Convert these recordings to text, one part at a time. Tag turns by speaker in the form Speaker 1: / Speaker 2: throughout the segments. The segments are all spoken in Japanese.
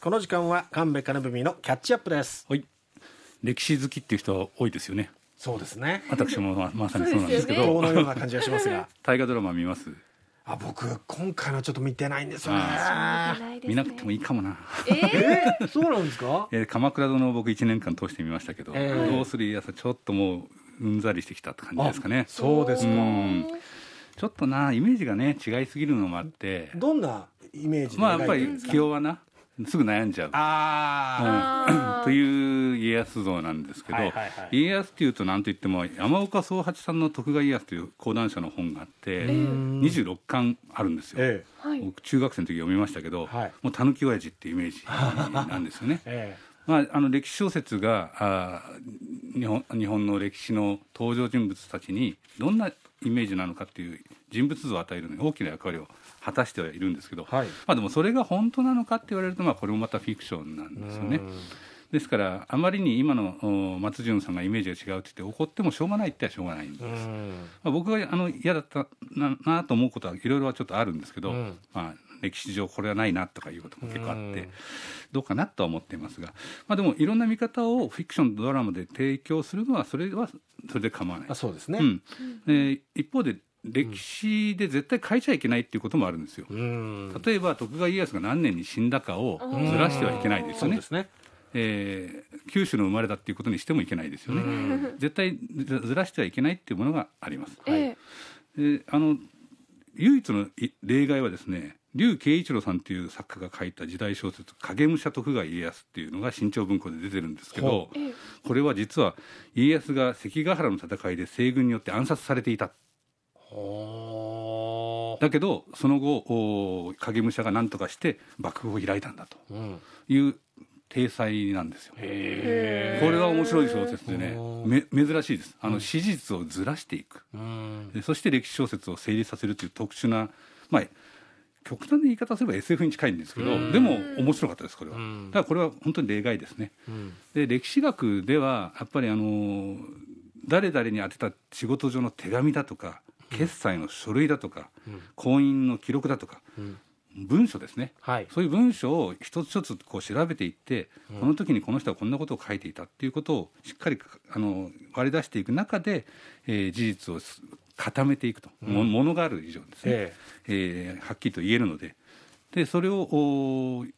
Speaker 1: この時間は神戸金文のキャッチアップです
Speaker 2: はい。歴史好きっていう人は多いですよね。
Speaker 1: そうですね
Speaker 2: 私 もままさにそうなんですけ
Speaker 1: 今日
Speaker 2: ど、
Speaker 1: のような感じがしますが
Speaker 2: 大河ドラマ見ます。
Speaker 1: あ僕今回のちょっと見てないんですよね
Speaker 2: 見なくてもいいかもな。
Speaker 1: えー、そうなんですか
Speaker 2: えー鎌倉殿を僕1年間通してみましたけど、
Speaker 1: ええ
Speaker 2: どうする家康はちょっともううんざりしてきたって感じですかね。
Speaker 1: そうですか
Speaker 2: うんちょっとなイメージがね違いすぎるのもあって、
Speaker 1: どんなイメージで
Speaker 2: まあやっぱ
Speaker 1: 描いてるん
Speaker 2: り
Speaker 1: ですか
Speaker 2: 気弱なすぐ悩んじゃう。
Speaker 1: あ
Speaker 2: うんという家康像なんですけど、
Speaker 1: はいはいはい
Speaker 2: 家康っていうと何といっても山岡宗八さんの徳川家康という講談社の本があって、
Speaker 1: ん
Speaker 2: 26巻あるんですよ、
Speaker 1: ええ
Speaker 3: はい。
Speaker 2: 僕中学生の時読みましたけど、
Speaker 1: はい。
Speaker 2: もうたぬき親父っていうイメージなんですよね
Speaker 1: え
Speaker 2: まあ、あの歴史小説があー日本日本の歴史の登場人物たちにどんなイメージなのかっていう人物像を与えるのに大きな役割を果たしてはいるんですけど、
Speaker 1: はい
Speaker 2: まあ、でもそれが本当なのかって言われると、まあ、これもまたフィクションなんですよね。ですからあまりに今のお松潤さんがイメージが違うって言って怒ってもしょうがないってはしょうがないんで
Speaker 1: えうん
Speaker 2: まあ、僕があの嫌だったななと思うことはいろいろはちょっとあるんですけど、
Speaker 1: うん
Speaker 2: まあ、歴史上これはないなとかいうことも結構あって、
Speaker 1: うん
Speaker 2: どうかなとは思っていますが、まあ、でもいろんな見方をフィクションとドラマで提供するのはそれはそれで構わない
Speaker 1: あ。そうですね
Speaker 2: うんえー一方で歴史で絶対変えちゃいけないっていうこともあるんですよ。
Speaker 1: うん
Speaker 2: 例えば徳川家康が何年に死んだかをずらしてはいけないです
Speaker 1: そ
Speaker 2: よ
Speaker 1: う
Speaker 2: ね
Speaker 1: で。すね
Speaker 2: えー九州の生まれだっていうことにしてもいけないですよね。絶対ずずらしてはいけないっていうものがあります。
Speaker 3: ええ
Speaker 2: であの唯一のい例外はですね劉慶一郎さんという作家が書いた時代小説「影武者徳川家康」っていうのが新潮文庫で出てるんですけど
Speaker 1: ほ
Speaker 3: ええ
Speaker 2: これは実は家康が関ヶ原の戦いで西軍によって暗殺されていた
Speaker 1: ほ
Speaker 2: だけどその後お影武者が何とかして幕府を開いたんだと
Speaker 1: ううん
Speaker 2: いう体裁なんですよ。
Speaker 1: へえ
Speaker 2: これは面白い小説でね
Speaker 1: お
Speaker 2: め珍しいですあの史実をずらしていく
Speaker 1: うん
Speaker 2: でそして歴史小説を成立させるという特殊な、まあ、極端な言い方をすれば SF に近いんですけど、
Speaker 1: うん
Speaker 2: でも面白かったですこれは、
Speaker 1: うん
Speaker 2: だからこれは本当に例外ですね
Speaker 1: うん
Speaker 2: で歴史学ではやっぱりあのー誰々に宛てた仕事上の手紙だとか決済の書類だとか、
Speaker 1: ん
Speaker 2: 婚姻の記録だとか、
Speaker 1: うん
Speaker 2: 文書ですね
Speaker 1: はい
Speaker 2: そういう文章を一つ一つこう調べていって、この時にこの人はこんなことを書いていたっていうことをしっかりかあの割り出していく中で、えー事実をす固めていくと、もものがある以上ですね、
Speaker 1: え
Speaker 2: えーはっきりと言えるのででそれをおー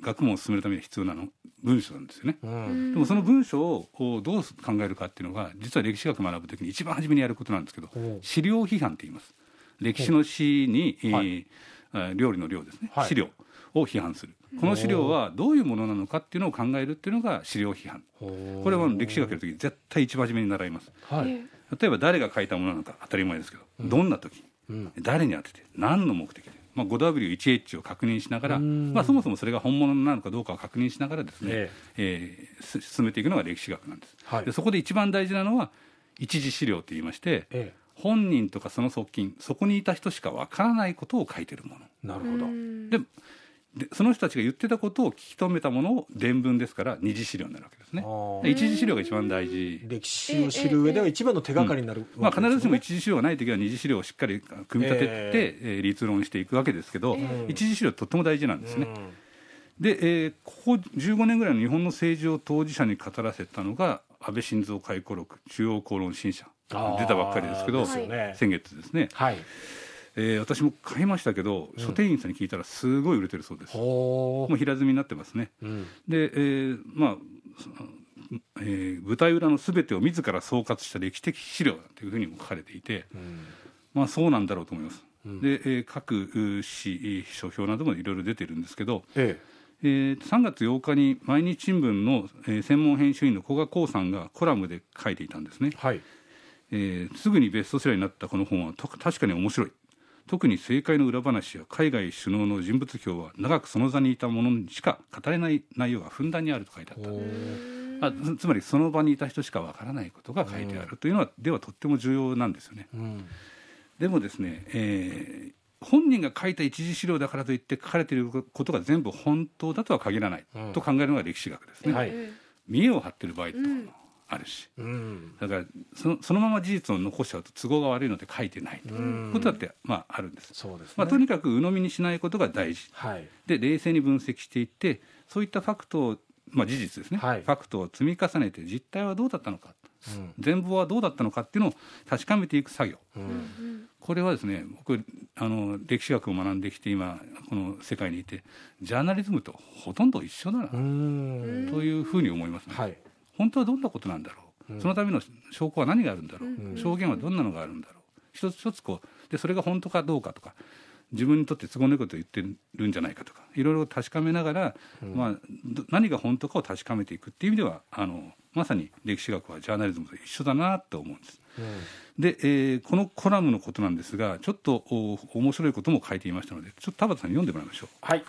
Speaker 2: 学問を進めるために必要なの文章なんですよね。
Speaker 1: うん
Speaker 2: でもその文章をおどう考えるかっていうのが実は歴史学学ぶ時に一番初めにやることなんですけど
Speaker 1: ほう
Speaker 2: 資料批判って言います歴史の史に、えー
Speaker 1: はい
Speaker 2: あ料理の量ですね、
Speaker 1: はい
Speaker 2: 資料を批判するこの資料はどういうものなのかっていうのを考えるっていうのが資料批判こ
Speaker 1: こ
Speaker 2: れは歴史学やる時に絶対一番初めに習います
Speaker 1: はい
Speaker 3: え
Speaker 2: 例えば誰が書いたものなのか当たり前ですけど、どんな時、
Speaker 1: うん
Speaker 2: 誰に当てて何の目的で、まあ、5W1H を確認しながら、
Speaker 1: うん
Speaker 2: まあ、そもそもそれが本物なのかどうかを確認しながらですね、
Speaker 1: え
Speaker 2: えーす進めていくのが歴史学なんです、
Speaker 1: はい
Speaker 2: でそこで一番大事なのは一次資料と言いまして、
Speaker 1: え
Speaker 2: 本人とかその側近そこにいた人しかわからないことを書いてるもの
Speaker 1: えなる
Speaker 3: え
Speaker 1: ほど
Speaker 3: うん
Speaker 2: ででその人たちが言ってたことを聞き止めたものを伝文ですから二次資料になるわけですね
Speaker 1: あー
Speaker 2: で一次資料が一番大事
Speaker 1: 歴史を知る上では一番の手がかりになる
Speaker 2: まあ、必ずしも
Speaker 1: ね
Speaker 2: 一次資料がない時は二次資料をしっかり組み立てて、
Speaker 1: え
Speaker 2: えー立論していくわけですけど、
Speaker 1: ええ
Speaker 2: 一次資料とっても大事なんですね。で、えーここ15年ぐらいの日本の政治を当事者に語らせたのが安倍晋三回顧録中央公論新社
Speaker 1: あー
Speaker 2: 出たばっかりですけど
Speaker 1: ですよね
Speaker 2: 先月ですね、
Speaker 1: はい
Speaker 2: えー私も買いましたけど書店員さんに聞いたらすごい売れてるそうです、
Speaker 1: ほ
Speaker 2: もう平積みになってますね。
Speaker 1: ううん
Speaker 2: で、えーまあそのえー舞台裏のすべてを自ら総括した歴史的資料だというふうにも書かれていて、
Speaker 1: うん
Speaker 2: まあ、そうなんだろうと思います。
Speaker 1: うん
Speaker 2: で、えー各市書評などもいろいろ出てるんですけど、
Speaker 1: え
Speaker 2: えー3月8日に毎日新聞の、えー専門編集員の古賀光さんがコラムで書いていたんですね
Speaker 1: え、はい
Speaker 2: えーすぐにベストセラーになったこの本はと確かに面白い特に政界の裏話や海外首脳の人物評は長くその座にいたものにしか語れない内容がふんだんにあると書いてあった
Speaker 1: ほう
Speaker 2: あつつまりその場にいた人しかわからないことが書いてあるというのはではとっても重要なんですよね。
Speaker 1: うん
Speaker 2: でもですね、えー本人が書いた一次資料だからといって書かれていることが全部本当だとは限らない
Speaker 1: うん
Speaker 2: と考えるのが歴史学ですね。
Speaker 1: はい
Speaker 3: え
Speaker 2: 見栄を張ってる場合と、
Speaker 3: ん
Speaker 2: あるし
Speaker 1: うん
Speaker 2: だからそのそのまま事実を残しちゃうと都合が悪いので書いてないということだって、まあ、あるんです。
Speaker 1: そうですね、
Speaker 2: まあ、とにかく鵜呑みにしないことが大事
Speaker 1: はい
Speaker 2: で冷静に分析していってそういったファクトを、まあ、事実ですね、
Speaker 1: はい
Speaker 2: ファクトを積み重ねて実態はどうだったのか
Speaker 1: うん
Speaker 2: 全貌はどうだったのかっていうのを確かめていく作業
Speaker 1: うん
Speaker 2: これはですね僕あの歴史学を学んできて今この世界にいてジャーナリズムとほとんど一緒だな
Speaker 1: う、ん
Speaker 2: というふうに思いますね、
Speaker 1: はい
Speaker 2: 本当はどんなことなんだろう、
Speaker 1: うん
Speaker 2: そのための証拠は何があるんだろう、
Speaker 1: うん
Speaker 2: 証言はどんなのがあるんだろう一つ一つこうでそれが本当かどうかとか自分にとって都合のいいことを言ってるんじゃないかとかいろいろ確かめながら、まあ、ど何が本当かを確かめていくっていう意味ではあのまさに歴史学はジャーナリズムと一緒だなと思うんです。で、えーこのコラムのことなんですがちょっとお面白いことも書いていましたのでちょっと田畑さんに読んでもらいましょう。
Speaker 1: はい、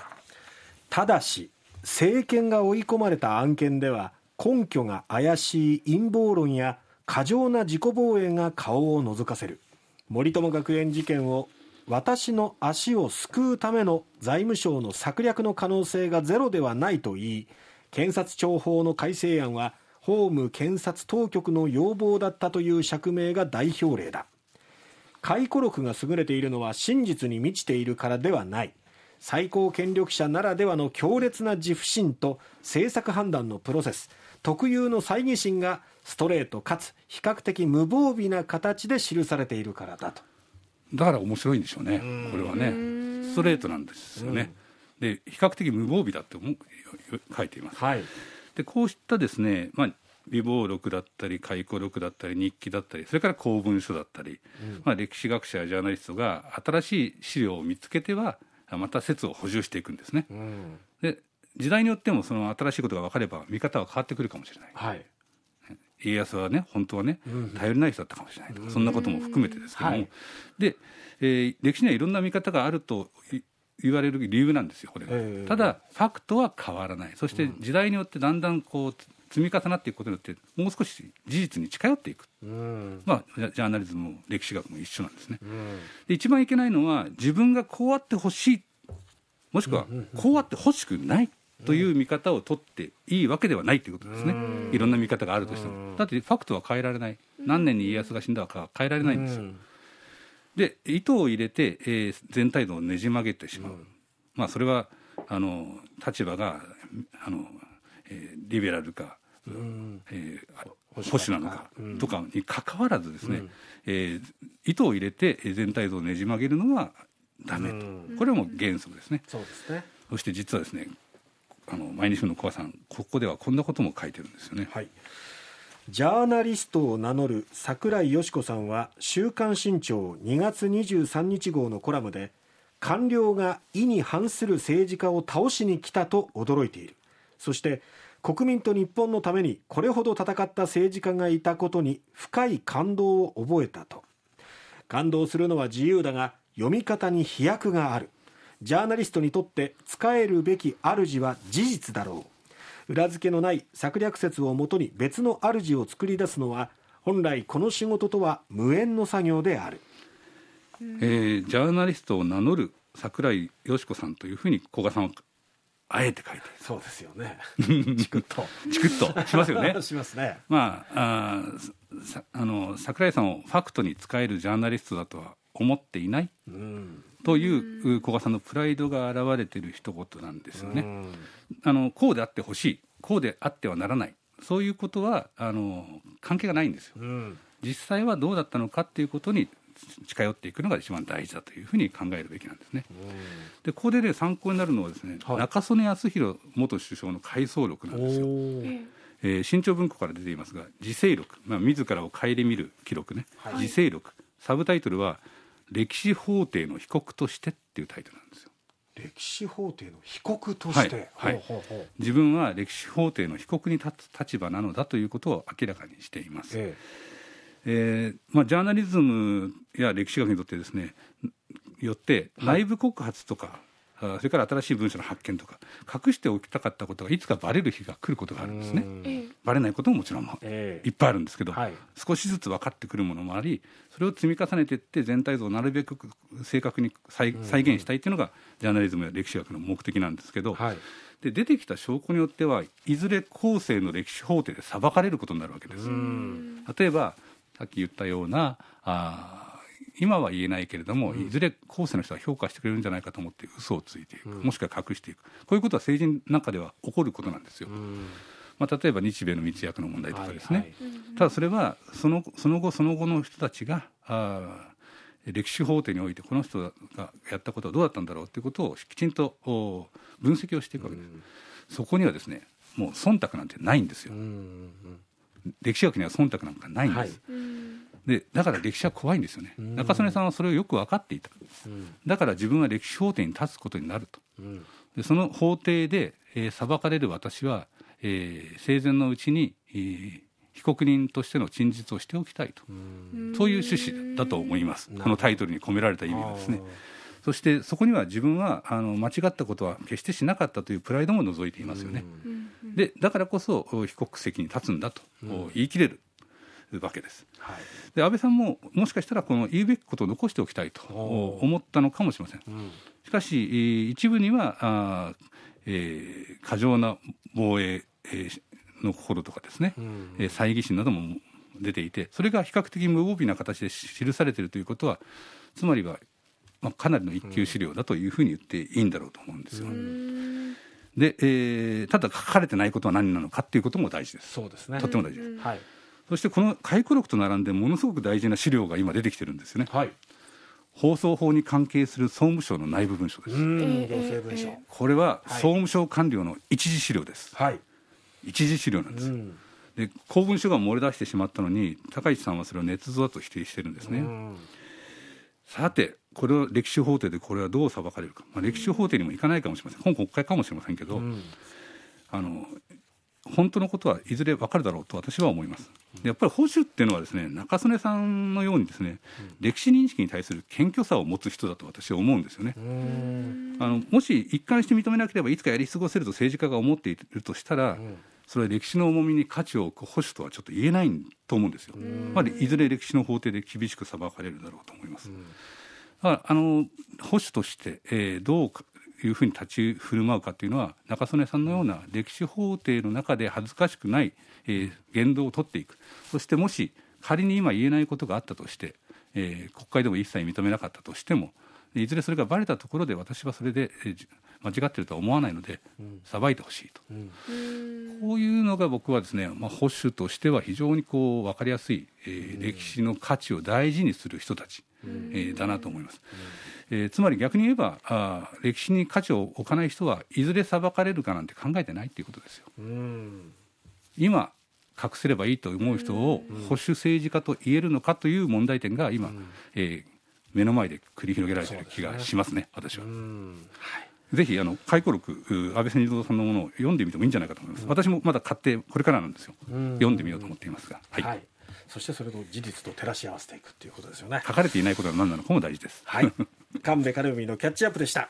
Speaker 1: ただし政権が追い込まれた案件では根拠が怪しい陰謀論や過剰な自己防衛が顔を覗かせる森友学園事件を私の足をすくうための財務省の策略の可能性がゼロではないと言い検察庁法の改正案は法務検察当局の要望だったという釈明が代表例だ回顧録が優れているのは真実に満ちているからではない最高権力者ならではの強烈な自負心と政策判断のプロセス特有の猜疑心がストレートかつ比較的無防備な形で記されているからだと
Speaker 2: だから面白いんでしょうね、これはね、ストレートなんですよね。で、比較的無防備だって思うよよ書いています。
Speaker 1: はい
Speaker 2: で、こうしたですね、まあ、微暴録だったり、回顧録だったり、日記だったり、それから公文書だったり、まあ、歴史学者やジャーナリストが新しい資料を見つけては、また説を補充していくんですね。
Speaker 1: うん
Speaker 2: で、時代によってもその新しいことが分かれば見方は変わってくるかもしれない。
Speaker 1: はい
Speaker 2: 家康はね本当はね
Speaker 1: ん
Speaker 2: 頼りない人だったかもしれないとか、そんなことも含めてですけども、
Speaker 1: はい
Speaker 2: で、えー歴史にはいろんな見方があるとい言われる理由なんですよこれが、
Speaker 1: ええ
Speaker 2: ただファクトは変わらないそして時代によってだんだんこう積み重なっていくことによってもう少し事実に近寄っていく、
Speaker 1: うん
Speaker 2: まあ、ジャジャーナリズムも歴史学も一緒なんですね
Speaker 1: うん
Speaker 2: で一番いけないのは自分がこうあってほしいもしくはこうあってほしくないという見方を取っていいわけではないということですねいろんな見方があるとしてもだってファクトは変えられない何年に家康が死んだかは変えられないんですよで糸を入れて、えー全体像をねじ曲げてしまう、まあそれはあの立場があの、えーリベラルか
Speaker 1: うん
Speaker 2: えーあ
Speaker 1: 保
Speaker 2: 保
Speaker 1: 守
Speaker 2: 守
Speaker 1: なの
Speaker 2: なの
Speaker 1: か
Speaker 2: か
Speaker 1: うん
Speaker 2: とかにかかわらずですね、えー糸を入れてえー全体像をねじ曲げるのはダメと、
Speaker 1: うん
Speaker 2: これはもう原則ですね、
Speaker 1: そうですね
Speaker 2: そして実はですねあの毎日のコアさんここではこんなことも書いてるんですよね、
Speaker 1: はい、ジャーナリストを名乗る桜井よし子さんは「週刊新潮」2月23日号のコラムで官僚が意に反する政治家を倒しに来たと驚いているそして国民と日本のためにこれほど戦った政治家がいたことに深い感動を覚えたと感動するのは自由だが読み方に飛躍があるジャーナリストにとって使えるべき主は事実だろう裏付けのない策略説をもとに別の主を作り出すのは本来この仕事とは無縁の作業である
Speaker 2: えージャーナリストを名乗る桜井よし子さんというふうに古賀さんはあえて書いて
Speaker 1: そうですよ ねチクッと
Speaker 2: るチクッとしますよ ね
Speaker 1: しますね
Speaker 2: まああーさあの桜井さんをファクトに使えるジャーナリストだとは思っていない
Speaker 1: うん
Speaker 2: という古賀さんのプライドが現れてる一言なんですよ
Speaker 1: う
Speaker 2: ね。
Speaker 1: ん
Speaker 2: あのこうであってほしいこうであってはならないそういうことはあの関係がないんですよ。
Speaker 1: うん
Speaker 2: 実際はどうだったのかっていうことに近寄っていくのが一番大事だというふうに考えるべきなんですね。でここでね参考になるのはですね、
Speaker 1: はい
Speaker 2: 中曽根康弘元首相の回想録なんですよ。
Speaker 1: おー
Speaker 2: えー新潮文庫から出ていますが「自省録」まあ、自らを顧みる記録ね「
Speaker 1: はい
Speaker 2: 自省録」サブタイトルは「歴史法廷の被告として」っていうタイトルなんですよ。
Speaker 1: 歴史法廷の被告として、
Speaker 2: はいはい
Speaker 1: ほうほうほう
Speaker 2: 自分は歴史法廷の被告に立つ立場なのだということを明らかにしています。
Speaker 1: え
Speaker 2: えーまあ、ジャーナリズムや歴史学にとってですねよって内部告発とか、あそれから新しい文書の発見とか隠しておきたかったことがいつかバレる日が来ることがあ
Speaker 1: え
Speaker 2: るんですね。
Speaker 1: うん
Speaker 3: え
Speaker 2: バレないことももちろん
Speaker 1: ええ
Speaker 2: いっぱいあるんですけど、
Speaker 1: はい
Speaker 2: 少しずつ分かってくるものもありそれを積み重ねていって全体像をなるべく正確に再再現したいっていうのがジャーナリズムや歴史学の目的なんですけど、
Speaker 1: はい
Speaker 2: で出てきた証拠によってはいずれ後世の歴史法廷で裁かれることになるわけです。例えばさっき言ったようなあー今は言えないけれども、いずれ後世の人は評価してくれるんじゃないかと思って嘘をついていく、もしくは隠していくこういうことは政治の中では起こることなんですよ。まあ、例えば日米の密約の問題とかですね、
Speaker 1: はいは
Speaker 2: ただそれはそのその後その後の人たちがあー歴史法廷においてこの人がやったことはどうだったんだろうということをきちんとお分析をしていくわけです、そこにはですねもう忖度なんてないんですよ、
Speaker 1: うん
Speaker 2: 歴史学には忖度なんかないんです、
Speaker 1: はい
Speaker 3: うん
Speaker 2: でだから歴史は怖いんですよね、
Speaker 1: うん
Speaker 2: 中曽根さんはそれをよく分かっていた
Speaker 1: うん
Speaker 2: だから自分は歴史法廷に立つことになると
Speaker 1: うん
Speaker 2: でその法廷で、えー裁かれる私は、えー生前のうちに、えー被告人としての陳述をしておきたいと、
Speaker 1: うん
Speaker 2: そういう趣旨だと思います、
Speaker 1: うん
Speaker 2: このタイトルに込められた意味がですね。そしてそこには自分はあの間違ったことは決してしなかったというプライドも除いていますよね。
Speaker 3: うんうん
Speaker 2: でだからこそお被告席に立つんだとお言い切れるわけです。
Speaker 1: あーはい
Speaker 2: で安倍さんももしかしたらこの言うべきことを残しておきたいと
Speaker 1: おー
Speaker 2: 思ったのかもしれません。
Speaker 1: うん
Speaker 2: しかし、えー一部にはあー、えー過剰な防衛、えーの心とかですね、
Speaker 1: うん
Speaker 2: えー猜疑心なども出ていて、それが比較的無防備な形で記されているということは、つまりは、まあ、かなりの一級資料だというふうに言っていいんだろうと思うんですよ。
Speaker 3: うん
Speaker 2: で、えーただ書かれてないことは何なのかっていうことも大事です。
Speaker 1: そうですね
Speaker 2: とっても大事です。
Speaker 3: うん
Speaker 1: はい
Speaker 2: そしてこの回顧録と並んでものすごく大事な資料が今出てきてるんですよね。
Speaker 1: はい
Speaker 2: 放送法に関係する総務省の内部文書です。
Speaker 1: うん
Speaker 3: えー
Speaker 1: 行政文書
Speaker 3: えー
Speaker 2: これは
Speaker 1: はい
Speaker 2: 総務省官僚の一次資料です、
Speaker 1: はい
Speaker 2: 一次資料なんで
Speaker 1: う
Speaker 2: す、
Speaker 1: ん
Speaker 2: で公文書が漏れ出してしまったのに高市さんはそれを捏造だと否定してるんですね、
Speaker 1: うん
Speaker 2: さてこれを歴史法廷でこれはどう裁かれるか、まあ、歴史法廷にも行かないかもしれません今国会かもしれませんけど、
Speaker 1: うん
Speaker 2: あの本当のことはいずれ分かるだろうと私は思いますでやっぱり保守っていうのはですね中曽根さんのようにですね、歴史認識に対する謙虚さを持つ人だと私は思うんですよね、
Speaker 1: うん
Speaker 2: あのもし一貫して認めなければいつかやり過ごせると政治家が思っているとしたら、
Speaker 1: ん
Speaker 2: それは歴史の重みに価値を置く保守とはちょっと言えないと思うんですよ。まあ、いずれ歴史の法廷で厳しく裁かれるだろうと思います。だからあの保守として、えーどうかいうふうに立ち振る舞うかというのは中曽根さんのような歴史法廷の中で恥ずかしくない、えー言動を取っていくそしてもし仮に今言えないことがあったとして、えー国会でも一切認めなかったとしてもいずれそれがバレたところで私はそれで、えーじ間違ってるとは思わないので裁いてほしいと、
Speaker 1: うん
Speaker 2: こういうのが僕はですね、まあ、保守としては非常にこう分かりやすい、えー歴史の価値を大事にする人たち、えーだなと思います。えーつまり逆に言えばあー歴史に価値を置かない人はいずれ裁かれるかなんて考えてないっていうことですよ。
Speaker 1: うん
Speaker 2: 今隠せればいいと思う人を保守政治家と言えるのかという問題点が今、えー目の前で繰り広げられている気がしますね私は。
Speaker 1: うん
Speaker 2: ぜひあの回顧録う安倍晋三さんのものを読んでみてもいいんじゃないかと思います、私もまだ買ってこれからなんですよ、
Speaker 1: ん
Speaker 2: 読んでみようと思っていますが、はい
Speaker 1: はいそしてそれと事実と照らし合わせていくっていうことですよね
Speaker 2: 書かれていないことは何なのかも大事です
Speaker 1: はい神戸カルビのキャッチアップでした